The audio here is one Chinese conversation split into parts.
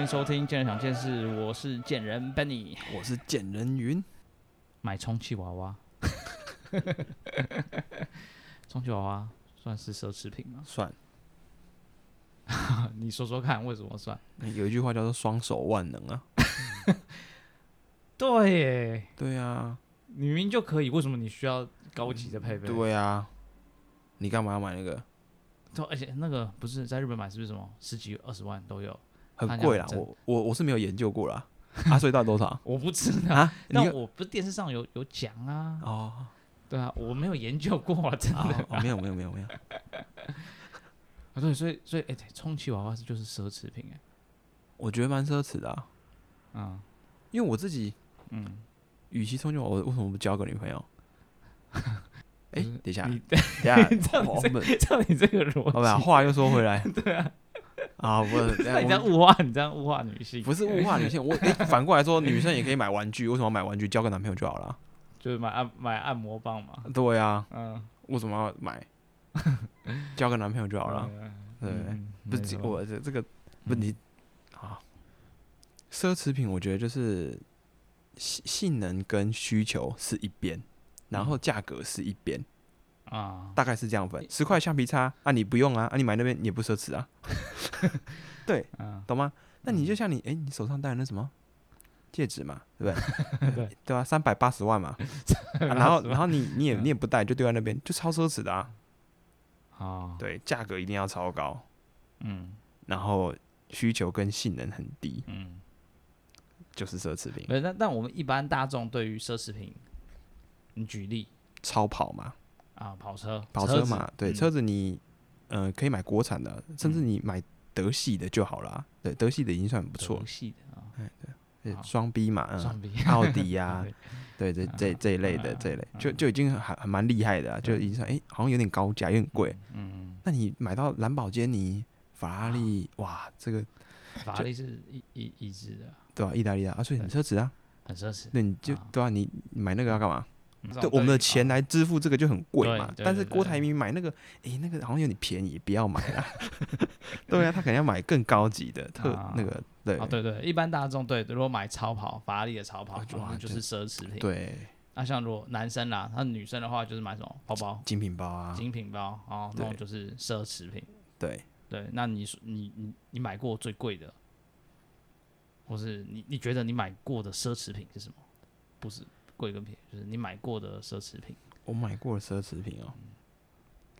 迎收听《见人想见事》，我是见人 Benny，我是见人云，买充气娃娃， 充气娃娃算是奢侈品吗？算你说说看，为什么算？有一句话叫做“双手万能”啊。对耶，对啊，你明明就可以，为什么你需要高级的配备？对啊，你干嘛要买那个？嗯对，而且那个不是在日本买，是不是什么十几二十万都有？很贵啦它，这样我我我是没有研究过啦。 啊，所以到底多少我不知道，啊？你但看我不是电视上有有讲啊，哦，对啊，我没有研究过啊，真的。哦哦没有没有没有没有，啊，对，所以所以哎，充气娃娃是就是奢侈品哎、我觉得蛮奢侈的啊，嗯因为我自己，嗯，与其充气娃娃，我为什么不交个女朋 友？不哎，是等一下，你等一 下 你知道，你我们照你这个老板逻辑，话又说回来， 对啊，啊， 我等一下那你这我样物化，你这样物化女性，不是物化女性，我、诶反过来说，女生也可以买玩具，为什么要买玩具交个男朋友就好了？就是买按买按摩棒嘛？对啊，嗯，为什么要买交个男朋友就好了？对不对，嗯，没不是这错嗯我这这个问题啊，奢侈品我觉得就是性性能跟需求是一边，然嗯后价格是一边，啊，大概是这样分。十块橡皮擦啊，你不用啊，啊你买那边你也不奢侈 啊，对，嗯，懂吗？那你就像你，哎、你手上戴的那什么戒指嘛，对不对？ 对对啊，三百八十万 嘛，啊然后然后你嗯你也你也不戴，就丢在那边，就超奢侈的啊。啊，对，价格一定要超高，嗯然后需求跟性能很低，嗯，就是奢侈品不。是，但但我们一般大众对于奢侈品，你举例超跑嘛，啊，跑车，跑车车子嘛，对，嗯车子你呃可以买国产的，甚至你买德系的就好啦。对，德系的已经算很不错德，系的啊，对好双 B 嘛，嗯，啊双臂，奥迪呀 对，对，这这这一类的嗯这一类，就就已经还还蛮厉害的啊，就已经算哎好像有点高价，有点贵。嗯，啊那你买到兰博基尼、法拉利，哇，这个法拉利是一一一致的，对吧？意大利啊，啊，所以你车子啊，很奢侈。对，你就啊对啊，你你买那个要干嘛？嗯对我们的钱，来支付这个就很贵对嘛对。但对是对郭台铭买那个，诶，那个好像有点便宜，不要买 啦。对啊，他可能要买更高级的特啊那个，对哦，对对，一般大众对，如果买超跑，法拉利的超跑，啊就那哇就是奢侈品。，对，那像如果男生啦，那女生的话就是买什么包包、精品包啊，精品包哦，那种对就是奢侈品。对，对，那你说你你你买过最贵的，或是你你觉得你买过的奢侈品是什么？不是贵跟便宜，就是你买过的奢侈品。我买过的奢侈品哦。嗯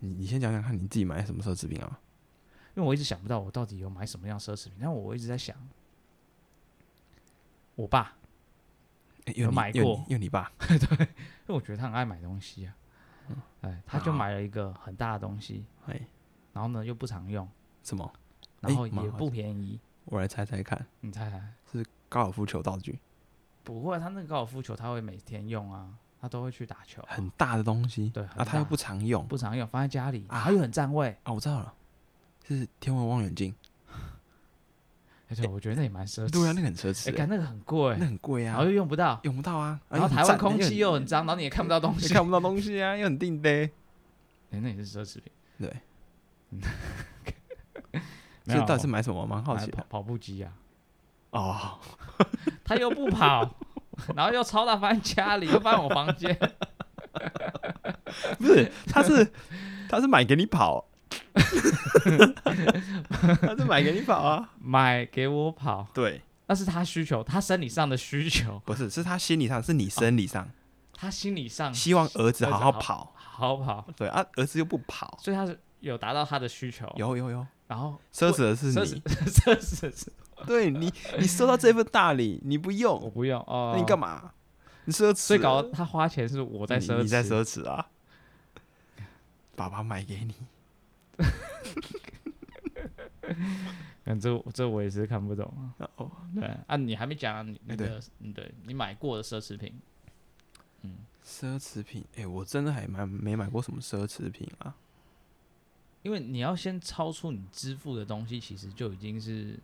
你你先讲讲看你自己买什么奢侈品啊？因为我一直想不到我到底有买什么样奢侈品，但我一直在想，我爸，诶有有你买有过你有你爸，因为我觉得他很爱买东西啊，嗯哎，他就好买了一个很大的东西，哎，然后呢又不常用，什么？然哎后蛮也好嗯不便宜，我来猜猜看，你猜猜？高尔夫球道具，不会，他那个高尔夫球他会每天用啊，他都会去打球啊，很大的东西，对啊，很他又大不常用不常用，放在家里，啊他又很占位。啊，我知道了，是天文望远镜。而且我觉得那也蛮奢侈。对啊，那个很奢侈哎，欸，干那个很贵那，很贵然啊后，又用不到，用不到啊。啊然又后很台湾赞空又气又很脏，然后你也看不到东也西， 看不到东西啊，又很定的。哎，那也是奢侈品。 对嗯，没这有啊到底是我买什么？蛮好买奇跑的。跑步机啊，哦，他又不跑， 然后又超大放在家里，又放在我房间，不是，他是 他是买给你 跑，他是买给你跑啊。 买给我跑，对，那是他需求，他生理上的需求，不是，是他心理上，是你生理上，他心理上希望哦儿子好好儿子跑。好跑，对啊，儿子又不跑，所以他是有达到他的需求，有有有，然后哦奢侈的是奢侈你，奢侈 是对你，你收到这份大礼，你不我用，不用哦，那你干嘛？你奢侈，所以搞到他花钱是我在你奢侈，你在奢侈啊？爸爸买给你，嗯，这这我也是看不懂啊。哦，对啊，你还没讲啊你你哎对的，嗯，对你买过的奢侈品，奢侈品，哎、我真的还蛮没买过什么奢侈品啊。因为你要先超出你支付的东西，其实就已经是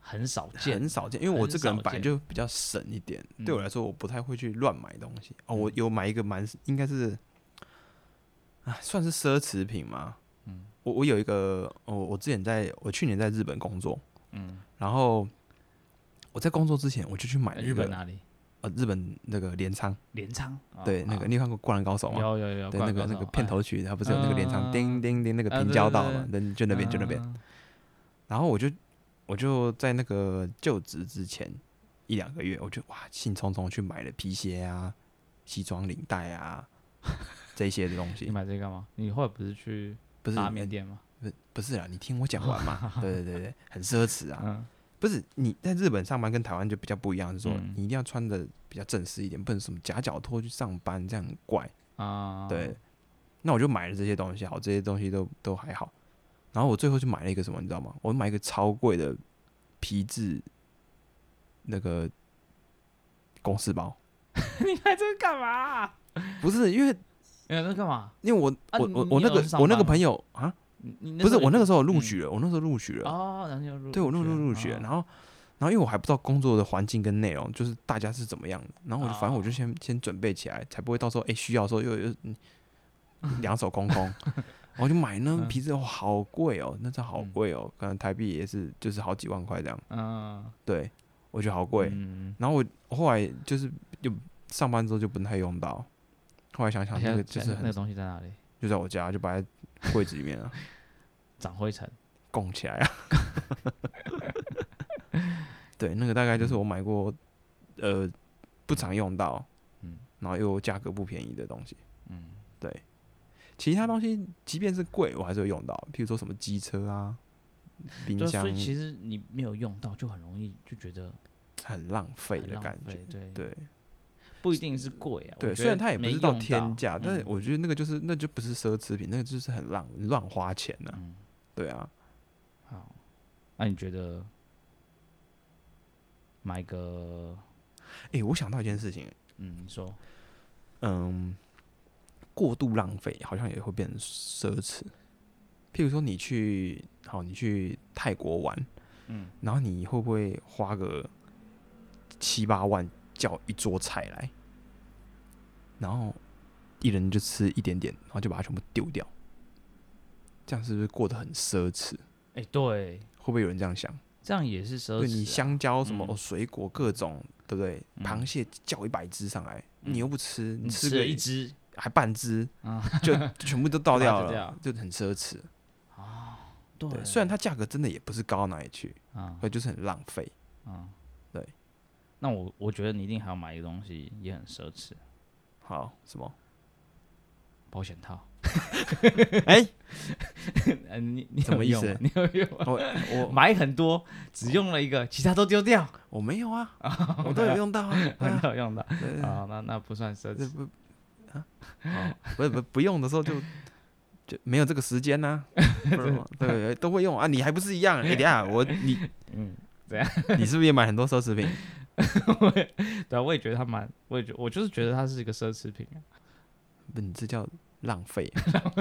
很少见很了，少见，因为我很这个人少本来见就比较省一点，嗯对我来说我不太会去乱买东西。哦，我有买一个蛮应该是，啊，算是奢侈品嘛。嗯，我我有一个，我我之前在我去年在日本工作，嗯，然后我在工作之前我就去买、那个日本哪啊里？呃日本那个镰仓，镰仓，啊对，那啊个你有看过《灌篮高手》吗？有有有，对，那个那个片哎头曲，它不是有那个镰仓嗯叮叮叮那个啊平对交对道对嘛？对，就那边就那啊边。然后我就我就在那个就职之前一两个月，我就哇兴冲冲去买了皮鞋啊、西装领带啊 这些的东你西。买这个干嘛？你后来不是去不是拉面呃店吗？不是不是啊，你听我讲完 嘛。对对对对，很奢侈啊。嗯，不是你在日本上班跟台湾就比较不一样，就是说嗯你一定要穿的比较正式一点，不能什么夹脚拖去上班，这样很怪。啊， 对，，那我就买了这些东西，好，这些东西都都还好。然后我最后就买了一个什么，你知道吗？我买一个超贵的皮质那个公事包，你买这个干嘛？不是因为你买这个干嘛？因为我、啊我你我你我那有个去上我那个班吗朋友啊，你你不是我那个时候嗯录取了，我那时候录取了，哦，然后就入对我那时候入学学，了，然哦后然后因为我还不知道工作的环境跟内容，就是大家是怎么样的，然后我就反正我就哦先先准备起来，才不会到时候哎、需要的时候又又嗯 两手空 空，然后就买那个嗯皮质，哦好贵哦，那真好嗯贵哦，可能台币也是就是好几万块这样，嗯，对我觉得好贵，嗯，然后我我后来就是就上班之后就不太用到，后来想想现在那个就现是哎在那个很东西在哪里？就在我家就摆在柜子里面啊，长灰尘，供起来啊。 对，那个大概就是我买过，呃，不常用到，嗯然后又价格不便宜的东西。嗯，其他东西即便是贵，我还是会用到，譬如说什么机车啊、冰对啊，箱所，以其实你没有用到，就很容易就觉得很浪费很的浪感觉费。对，对不一定是贵啊，我对，觉虽然得它也不没是到用天价，但是嗯我觉得那个就是那就不是奢侈品，那个就是很浪乱花钱呢、嗯，对啊，好，那你觉得买个诶，我想到一件事情，嗯，你说嗯，过度浪费好像也会变成奢侈。譬如说，你去好，你去泰国玩，嗯，然后你会不会花个七八万叫一桌菜来，然后一人就吃一点点，然后就把它全部丢掉？这样是不是过得很奢侈？哎、对，会不会有人这样想？这样也是奢侈、啊。对你香蕉什么、嗯哦水果各种，对不对？嗯螃蟹叫一百只上来，嗯你又不吃，你吃吃个了一只还半只啊， 就全部都倒掉就了，这样就很奢侈。啊，对，对，虽然它价格真的也不是高到哪里去，啊可就是很浪费。啊，对。那我我觉得你一定还要买一个东西，也很奢侈，好，什么？保险套。 哎、嗯、你你什么有意用思吗 你有用吗？我我买很多，只用了一个，其他都丢掉，我没有啊，我都有用到啊。对很 啊有用的对对啊。那那不算奢这侈，不啊，哦不不不用的时候就就没有这个时间呐、不然 嘛对对，都会用啊，你还不是一样？哎、等一下我你嗯，你是不是也买很多奢侈品？对啊，我也觉得它蛮，我也觉我就是觉得它是一个奢侈品啊，不，你这叫浪费。啊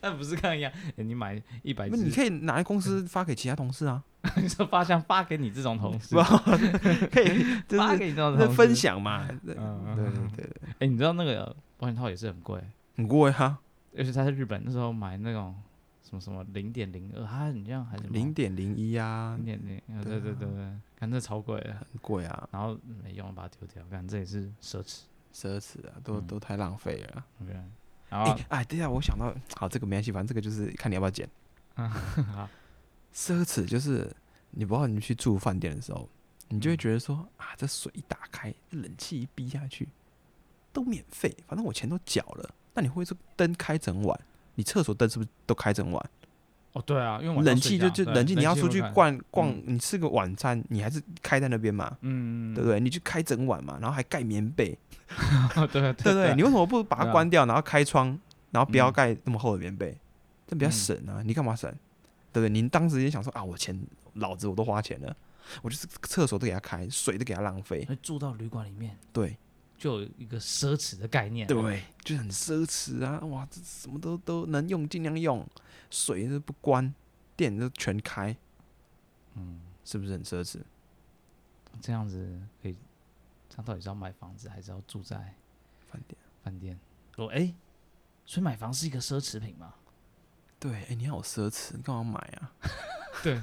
但不是看一样，哎你买一百不，你只，可以拿来公司发给其他同 事啊，你说发箱发给你这种同事不，， 可以就发是给你这 种那同事分。享嘛。对嗯对对对。哎、你知道那个保险套也是很贵，很贵啊哈，而且他在日本那时候买那种什么什么零点零二，他你这样还是零点零一啊零，点零，呃对对对对，看这超贵的，很贵啊，然后没用把它丢掉，看这也是奢侈。奢侈啊，都嗯都太浪费了啊。 OK，然哎、后哎，等一下，我想到，好，这个没关系，反正这个就是看你要不要剪。嗯 好奢侈就是你不知道你去住饭店的时候，你嗯就会觉得说、啊，这水一打开，这冷气一逼下去，都免费，反正我钱都缴了。那你会说灯开整晚，你厕所灯是不是都开整晚？哦对啊，因为晚上冷睡气就觉就对冷气，你要出会去看，逛逛，你吃个晚餐，你还是开在那边嘛，嗯，对不对？你就开整晚嘛，然后还盖棉 被， 对对对不对？对，你为什么不把对它啊关掉，然后开窗，然后不要嗯盖那么厚的棉被？这比较嗯省啊！你干嘛省？对不对？您当时也想说啊，我钱老子我都花钱了，我就是厕所都给他开，水都给他浪费，那住到旅馆里面对就有一个奢侈的概念，对，就很奢侈啊！哇，这什么都都能用尽量用，水都不关，电都全开，嗯，是不是很奢侈？这样子可以，这样到底是要买房子还是要住在？饭店饭店说：“哎、所以买房是一个奢侈品吗对，哎，你好奢侈，你干嘛买啊？对，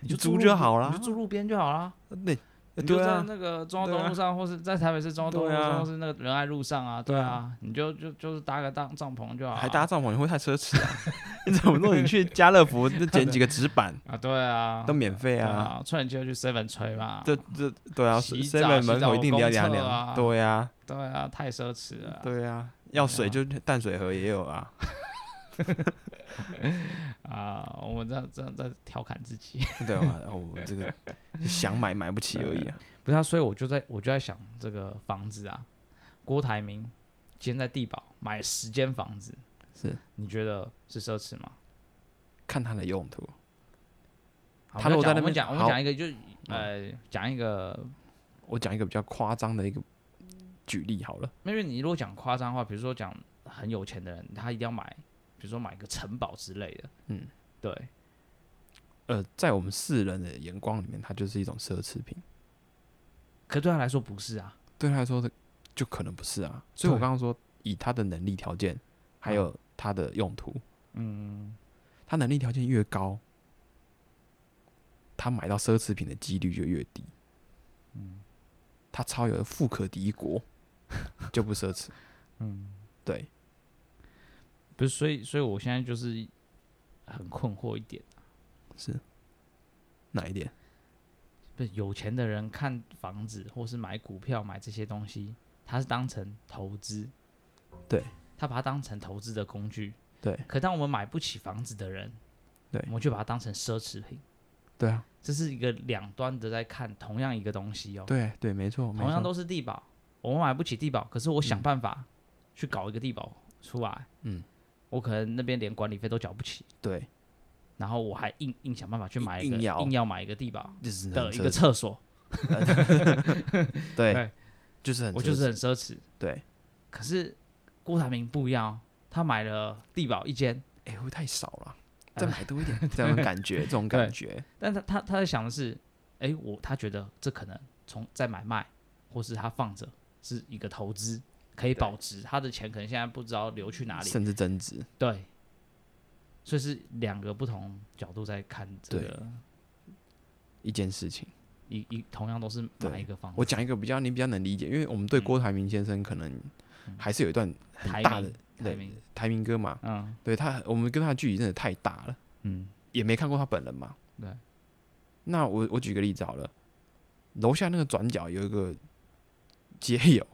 你就租路就边好啦你就住路边就好啦。那你就对在啊，那个中央对东啊路上，或是在台北市中央东路对上，啊或是那个仁爱路上啊，对对啊啊，你就就就是搭个帐帐篷就好啊，还搭帐篷，你会太奢侈啊！ 你怎么弄？你去家乐福那捡几个纸 板啊，对啊，都免费对啊！啊，吹冷气就去 seven 吹嘛，这这对啊洗，seven 澡门口一定得要凉洗澡公厕啊凉，对啊，对啊，太奢侈了啊，对啊，要水啊就淡水河也有啊。啊，我们这样这样在调侃自己， 对啊，我们这个想买买不起而已啊。不是啊，所以我就在我就在想这个房子啊，郭台铭今天在地堡买十间房子，是你觉得是奢侈吗？看它的用途，好他如果在那我们边讲我们好嗯讲我们讲一个就呃讲一个我讲一个比较夸张的一个举例好了。因为你如果讲夸张的话，比如说讲很有钱的人，他一定要买，比如说买个城堡之类的。嗯，对，呃，在我们世人的眼光里面，它就是一种奢侈品。可对他来说不是啊。对他来说，就可能不是啊。所以我对刚刚说，以他的能力条件，还有他的用途，嗯，他能力条件越高，他买到奢侈品的几率就越低。嗯，他超有富可敌国， 就不奢侈。嗯， 对，不是，所以所以我现在就是很困惑一点，哪一点？不是有钱的人看房子或是买股票买这些东西，他是当成投资，对，他把它当成投资的工具。对，可当我们买不起房子的人，对我们就把它当成奢侈品。对啊，这是一个两端的在看同样一个东西哦。对对，没错，没同样错都是地堡，我们买不起地堡，可是我想办法去搞一个地堡出来。嗯，我可能那边连管理费都缴不起，对，然后我还硬硬想办法去买一个，硬要硬要买一个地堡就是的一个厕所，对对，就是很我就是奢侈很奢侈。对。可是郭台铭不一样、哦，他买了地堡一间，哎、会太少了，再买多 一点，这样的感觉，这种哎对感觉，但他他他在想的是，哎，我他觉得这可能从再买卖，或是他放着是一个投资，可以对保值，他的钱可能现在不知道流去哪里，甚至增值。对，所以是两个不同角度在看这对个，一件事情，一一同样都是买对一个房子，我讲一个比较你比较能理解，因为我嗯们对郭台铭先生可能还是有一段台很大的名台对名，台铭哥嘛，嗯对他，我们跟他的距离真的太大了，嗯，也没看过他本人嘛。对，那我我举个例子好了，楼下那个转角有一个街友，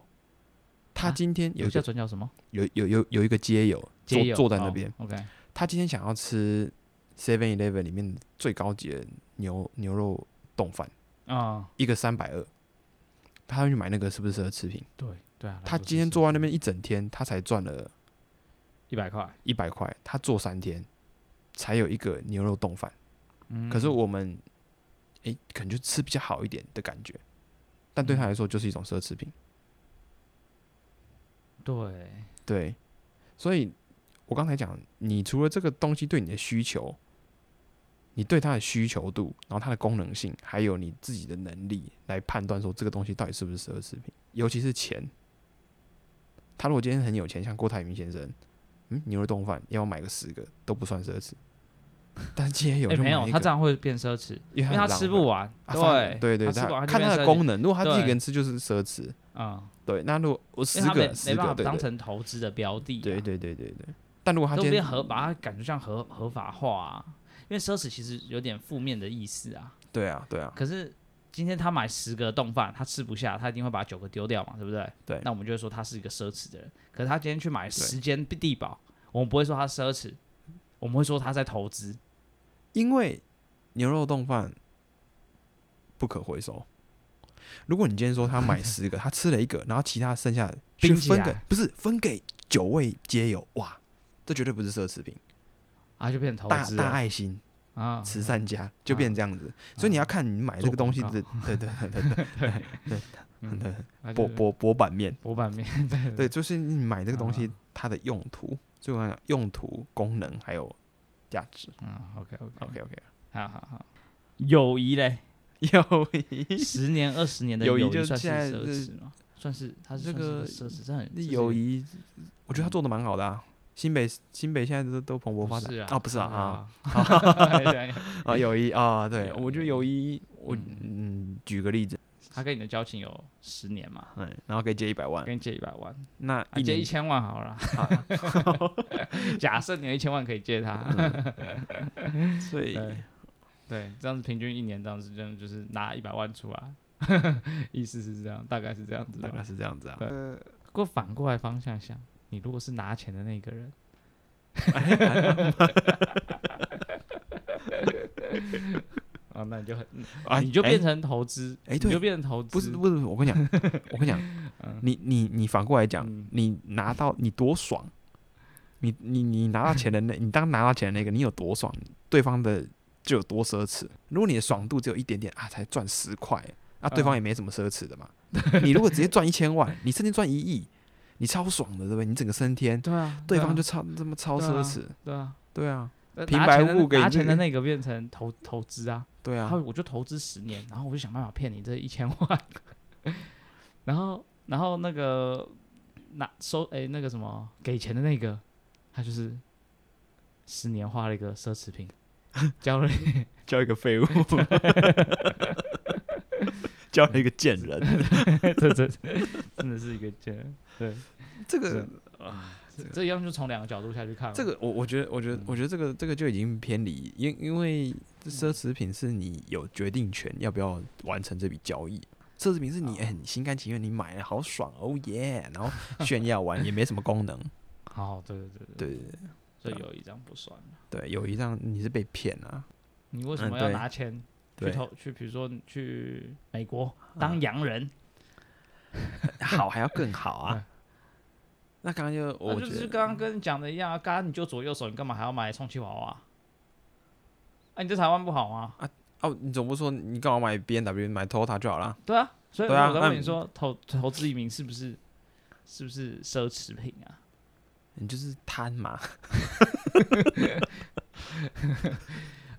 他啊今天有有一叫个转角什么？有有有有一个街友街友坐坐在哦那边， ，OK，他今天想要吃 Seven Eleven 里面最高级的牛牛肉冻饭，啊，一个三百二，他要去买那个是不是奢侈品？对对啊，他今天坐在那边一整天，他才赚了一百块，一百块，他做三天才有一个牛肉冻饭。嗯可是我们，诶、可能就吃比较好一点的感觉，但对他来说就是一种奢侈品。对，对，所以我刚才讲，你除了这个东西对你的需求，你对它的需求度，然后它的功能性，还有你自己的能力来判断说这个东西到底是不是奢侈品，尤其是钱。他如果今天很有钱，像郭台铭先生，嗯，牛肉冻饭要我买个十个都不算奢侈，但是今天有哎就买没有，一他个这样会变奢侈，因为因为他它很浪吃费不完，啊当然对对对，吃不完看就变嗯它的奢侈功能，如果他自己一对个人吃就是奢侈，嗯，对。那如果我十因为他没个十没办个，法对当对成投资的标的啊，对对对对对。但如果他都今变天合，把它感觉像合合法化啊，因为奢侈其实有点负面的意思啊。对啊对啊，可是今天他买十个冻饭，他吃不下，他一定会把九个丢掉嘛，对不对？对那我们就会说他是一个奢侈的人。可是他今天去买十间地堡，我们不会说他奢侈，我们会说他在投资。因为牛肉冻饭不可回收。如果你今天说他买十 个，他吃了一个，然后其他剩下的去冰起分来给不是啊分给九位街友，哇，这绝对不是奢侈品，啊，就变成投大资大了爱心、啊！慈善家就变这样子。所以你要看你买这做个东广西告的，对对对 对对嗯对，那就博是博博版面，博版面，对啊对，就是你买这个东西它的用途，就讲用途、功能还有价值。嗯，OK OK， OK OK，好好好。友谊嘞，有十年二十年的友谊谊就算是现在奢是侈吗？算是，他是这算是个奢侈，这很这是友谊，我觉得他做的蛮好的啊。新北新北现在都都蓬勃发展是啊，啊，不是啊 啊啊，对啊，友谊啊，友对谊我觉得友谊，我嗯嗯，举个例子，他跟你的交情有十年嘛，嗯，然后可以借一百万，跟你借一百万，那哎啊、一借一年千万好了。 假设你有一千万可以借他，所以对对，这样子平均一年这样子，这样就是拿一百万出来， 意思是这样，大概是这样子大概吧。是这样子啊。对 不过反过来方向想，你如果是拿钱的那个人，啊，那你就很，啊，你就哎变成投资，哎你对就变成投资，不是嗯不是，我跟你讲，我 跟你讲，你你你反过来讲嗯，你拿到你多爽，你你你拿到钱的那，你 当拿到钱的那个，你有多爽，对方的就有多奢侈。如果你的爽度只有一点点啊，才赚十块，啊，对方也没什么奢侈的嘛。你如果直接赚一千万， 你甚至赚一亿，你超爽的，对不对？你整个升天，对啊，对啊方就超这么超对奢啊侈，对啊，对啊，那平拿白钱的那物给拿你钱的这那个变成投投资啊，对然啊 后，我就投资十年，然后我就想办法骗你这一千万， 然后然后那个拿收哎、那个什么给钱的那个，他就是十年花了一个奢侈品，交了交一个废 物，交了一个贱人， 这这真的是一个贱人，对， 这个。这这样就从两个角度下去看了，这个我我觉得，我觉得，我觉得这个这个就已经偏离，因因为这奢侈品是你有决定权要不要完成这笔交易，奢侈品是你哎你心甘情愿你买了好爽哦耶，然后炫耀完也 没什么功能，好，对对对对对所以有一张不算。对，友谊上你是被骗啊，你为什嗯么要对拿钱去对啊投去？比如说你去美国当洋人， 好还要更好啊。 那刚刚就那我就觉是得嗯刚刚跟你讲的一样啊，刚刚你就左右手，你干嘛还要买充气娃娃？哎，你在台湾不好吗？哦，你总不说你干嘛买 B N W 买 Toyota 就好了？对啊，所以我对啊在那问你你说，投投资移民是不是是不是奢侈品啊？你就是贪嘛，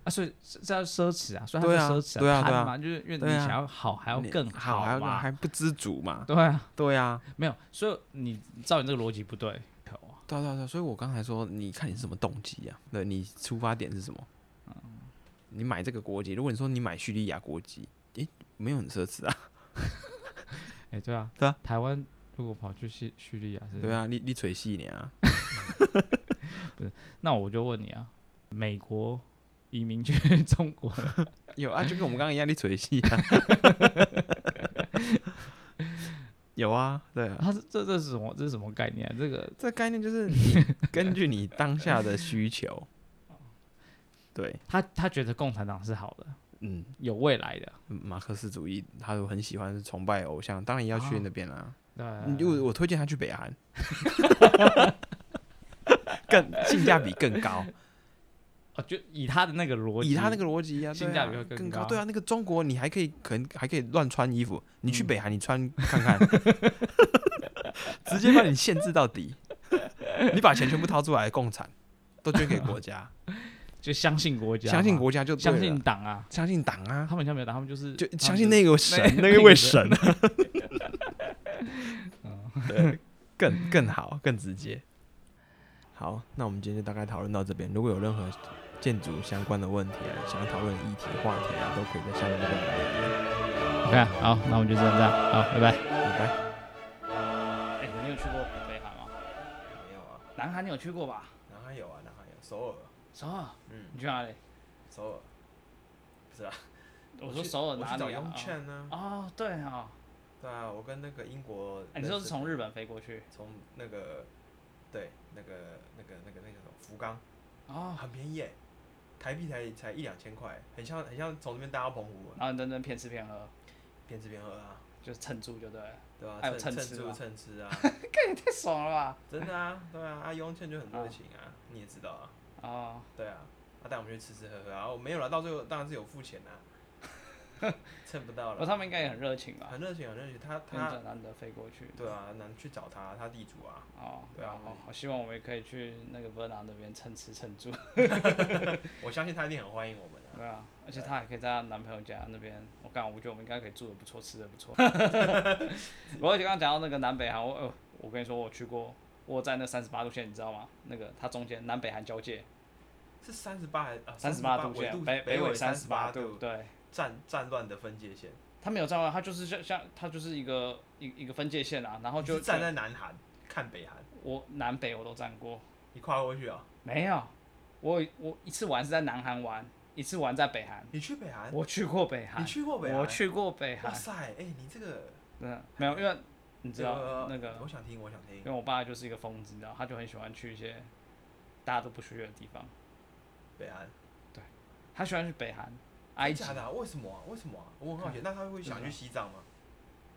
啊，所以这这叫奢侈啊，所以它对是啊奢侈对啊贪对啊嘛，就是因为你对啊想要好还要你更好，还要更嘛，还不知足嘛？对啊，对啊，没有，所以你照你这个逻辑不对，可恶啊对啊对啊对啊，所以我刚才说，你看你是什么动机啊？对，你出发点是什么？你买这个国籍，如果你说你买叙利亚国籍，诶，没有很奢侈啊。哎，对啊，对啊，台湾如果跑去叙叙利亚是，对啊，你你嘴细一点啊。那我就问你啊，美国移民去 中国，有啊，就跟我们刚刚一样，你嘴细啊。 有啊，对啊，他是这这是什么？这是什么概念、啊？这个这概念就是你根据你当下的需求。对，他他觉得共产党是好的，嗯，有未来的。马克思主义，他很喜欢崇拜偶像，当然要去那边啊啦、对，你我我推荐他去北韩，更性价比更高，啊，就以他的那个逻辑，以他那个逻辑啊，性对价啊比会更更高对啊，那个中国你还可以可能还可以乱穿衣服，你去嗯北韩你穿看看，直接把你限制到底， 你把钱全部掏出来，共产都捐给国家，就相信国 家嘛，相信国家就对相了信党啊，相信党啊，他们像没有党，他们就是就他们相是信那个神那那个那个位神神， 嗯对，更更好更直接。好，那我们今天就大概讨论到这边。如果有任何建筑相关的问题啊，想讨论的议题话题啊，都可以在下面跟我们留言。 OK 啊。好，那我们就这样这样，好，拜拜。拜拜。哎，你有去过北韩吗？没有啊，南韩你有去过吧？南海有啊，南海有首尔，首尔，嗯，你去哪里？首尔。不是啊，我说首尔哪我去找里雍啊？劝呢？哦，对啊，对啊，我跟那个英国认识的，哎你说是从日本飞过去？从那个对那个那个那个那个什么福冈。哦，很便宜耶，台币才才一两千块，很像很像从那边搭到澎湖，然后你在那骗吃骗喝，边吃边喝啊，就蹭住就对了， 对吧、还有趁趁吃趁住吧趁吃啊，也太爽了吧！真的啊，对啊，阿雍倩就很热情啊，你也知道啊，哦，对啊，他带我们去吃吃喝喝啊，我没有了，到最后当然是有付钱啊， 蹭不到不过了，哦他们应该也很热情吧？很热情很热情，他跟着他难得飞过去。对啊，难去找他，他地主啊，哦，对啊好，我希望我们也可以去那个 Verna 那边蹭吃 蹭住，我相信他一定很欢迎我们啊，对啊，而且她还可以在她男朋友家那边，我刚我觉得我们应该可以住的不哦 错，吃的不错。我而且刚刚讲到那个南北韩，我、呃、我跟你说我去过我在那三十八度线，你知道吗？那个它中间南北韩交界，是三十八还啊三十八度度线，北北纬三十八度，，对，战战乱的分界线，它没有站外，它就是像像它就是一个一一个分界线啊，然后你就是站在南韩看北韩，我南北我都站过，你跨过去啊？没有，我我一次玩是在南韩玩，一次玩在北韩，你去北韩？我去过北韩你，去过北韩？我。去过北韩哇，塞，哎、你这个真的没有，因为你知道呃那个我想听，我想听因为。我爸就是一个疯子，你知道，他就很喜欢去一些大家都不去的地方。北韩，他喜欢去北韩、埃及嗯真，假的啊、为什么啊？为什么啊？我很好奇。那他会想去西藏吗？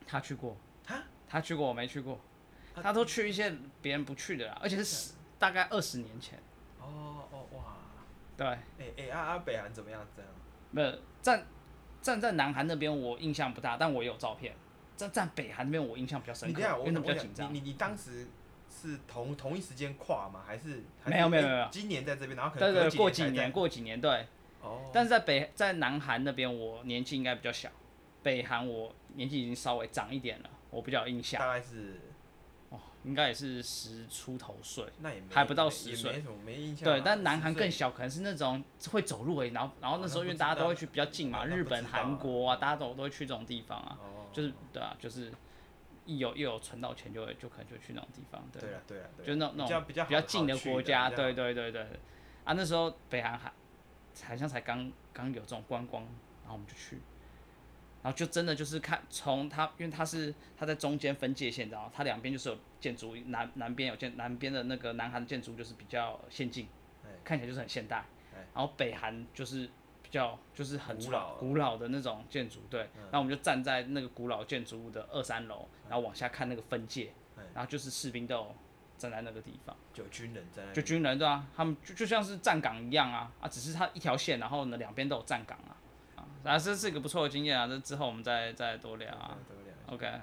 他去过哈，他去过，我没去过。啊他都去一些别人不去的啦，而且是十大概二十年前。哦哦哇，对，哎、哎、啊啊，北韩怎么样？这样没有站站在南韩那边，我印象不大，但我也有照片。站站北韩那边，我印象比较深你刻，这样，因我为那想比较我紧想张你。你你当时是同同一时间跨吗？还是还是没有没有哎没有今年在这边，然后可对能隔对，过几几才年，在过几年，对。哦，但是在北在南韩那边，我年纪应该比较小。北韩我年纪已经稍微长一点了，我比较有印象。大概是哦，应该也是十出头岁。那也没还不到也十也岁没什么没印象啊。对，但南韩10更岁小，可能是那种会走路而已。然后，然后哦那那时候因不为知大家都道会去比较近嘛，哦那日不本、知道韩啊国啊，大家都都会去这种地方啊。哦，就是对啊，就是一有一有存到钱，就会就可能就去那种地方。对，对了啊对了，对就啦那种那比较种比较比较好近好去国家。比较对对对对。啊，那时候北韩还好像才刚刚有这种观光，然后我们就去。然后就真的就是看从它，因为它是它在中间分界线，然后它两边就是有建筑，南南边有建，南边的那个南韩建筑就是比较先进，哎看起来就是很现代哎。然后北韩就是比较就是很古传老啊嗯古老的那种建筑，对。然后我们就站在那个古老建筑物的二三楼，然后往下看那个分界哎，然后就是士兵都有站在那个地方，就军人在那就边军人对啊，他们就就像是站岗一样啊啊，只是它一条线，然后呢两边都有站岗啊啊，啊这是一个不错的经验啊，这之后我们再再多聊啊对对对，OK，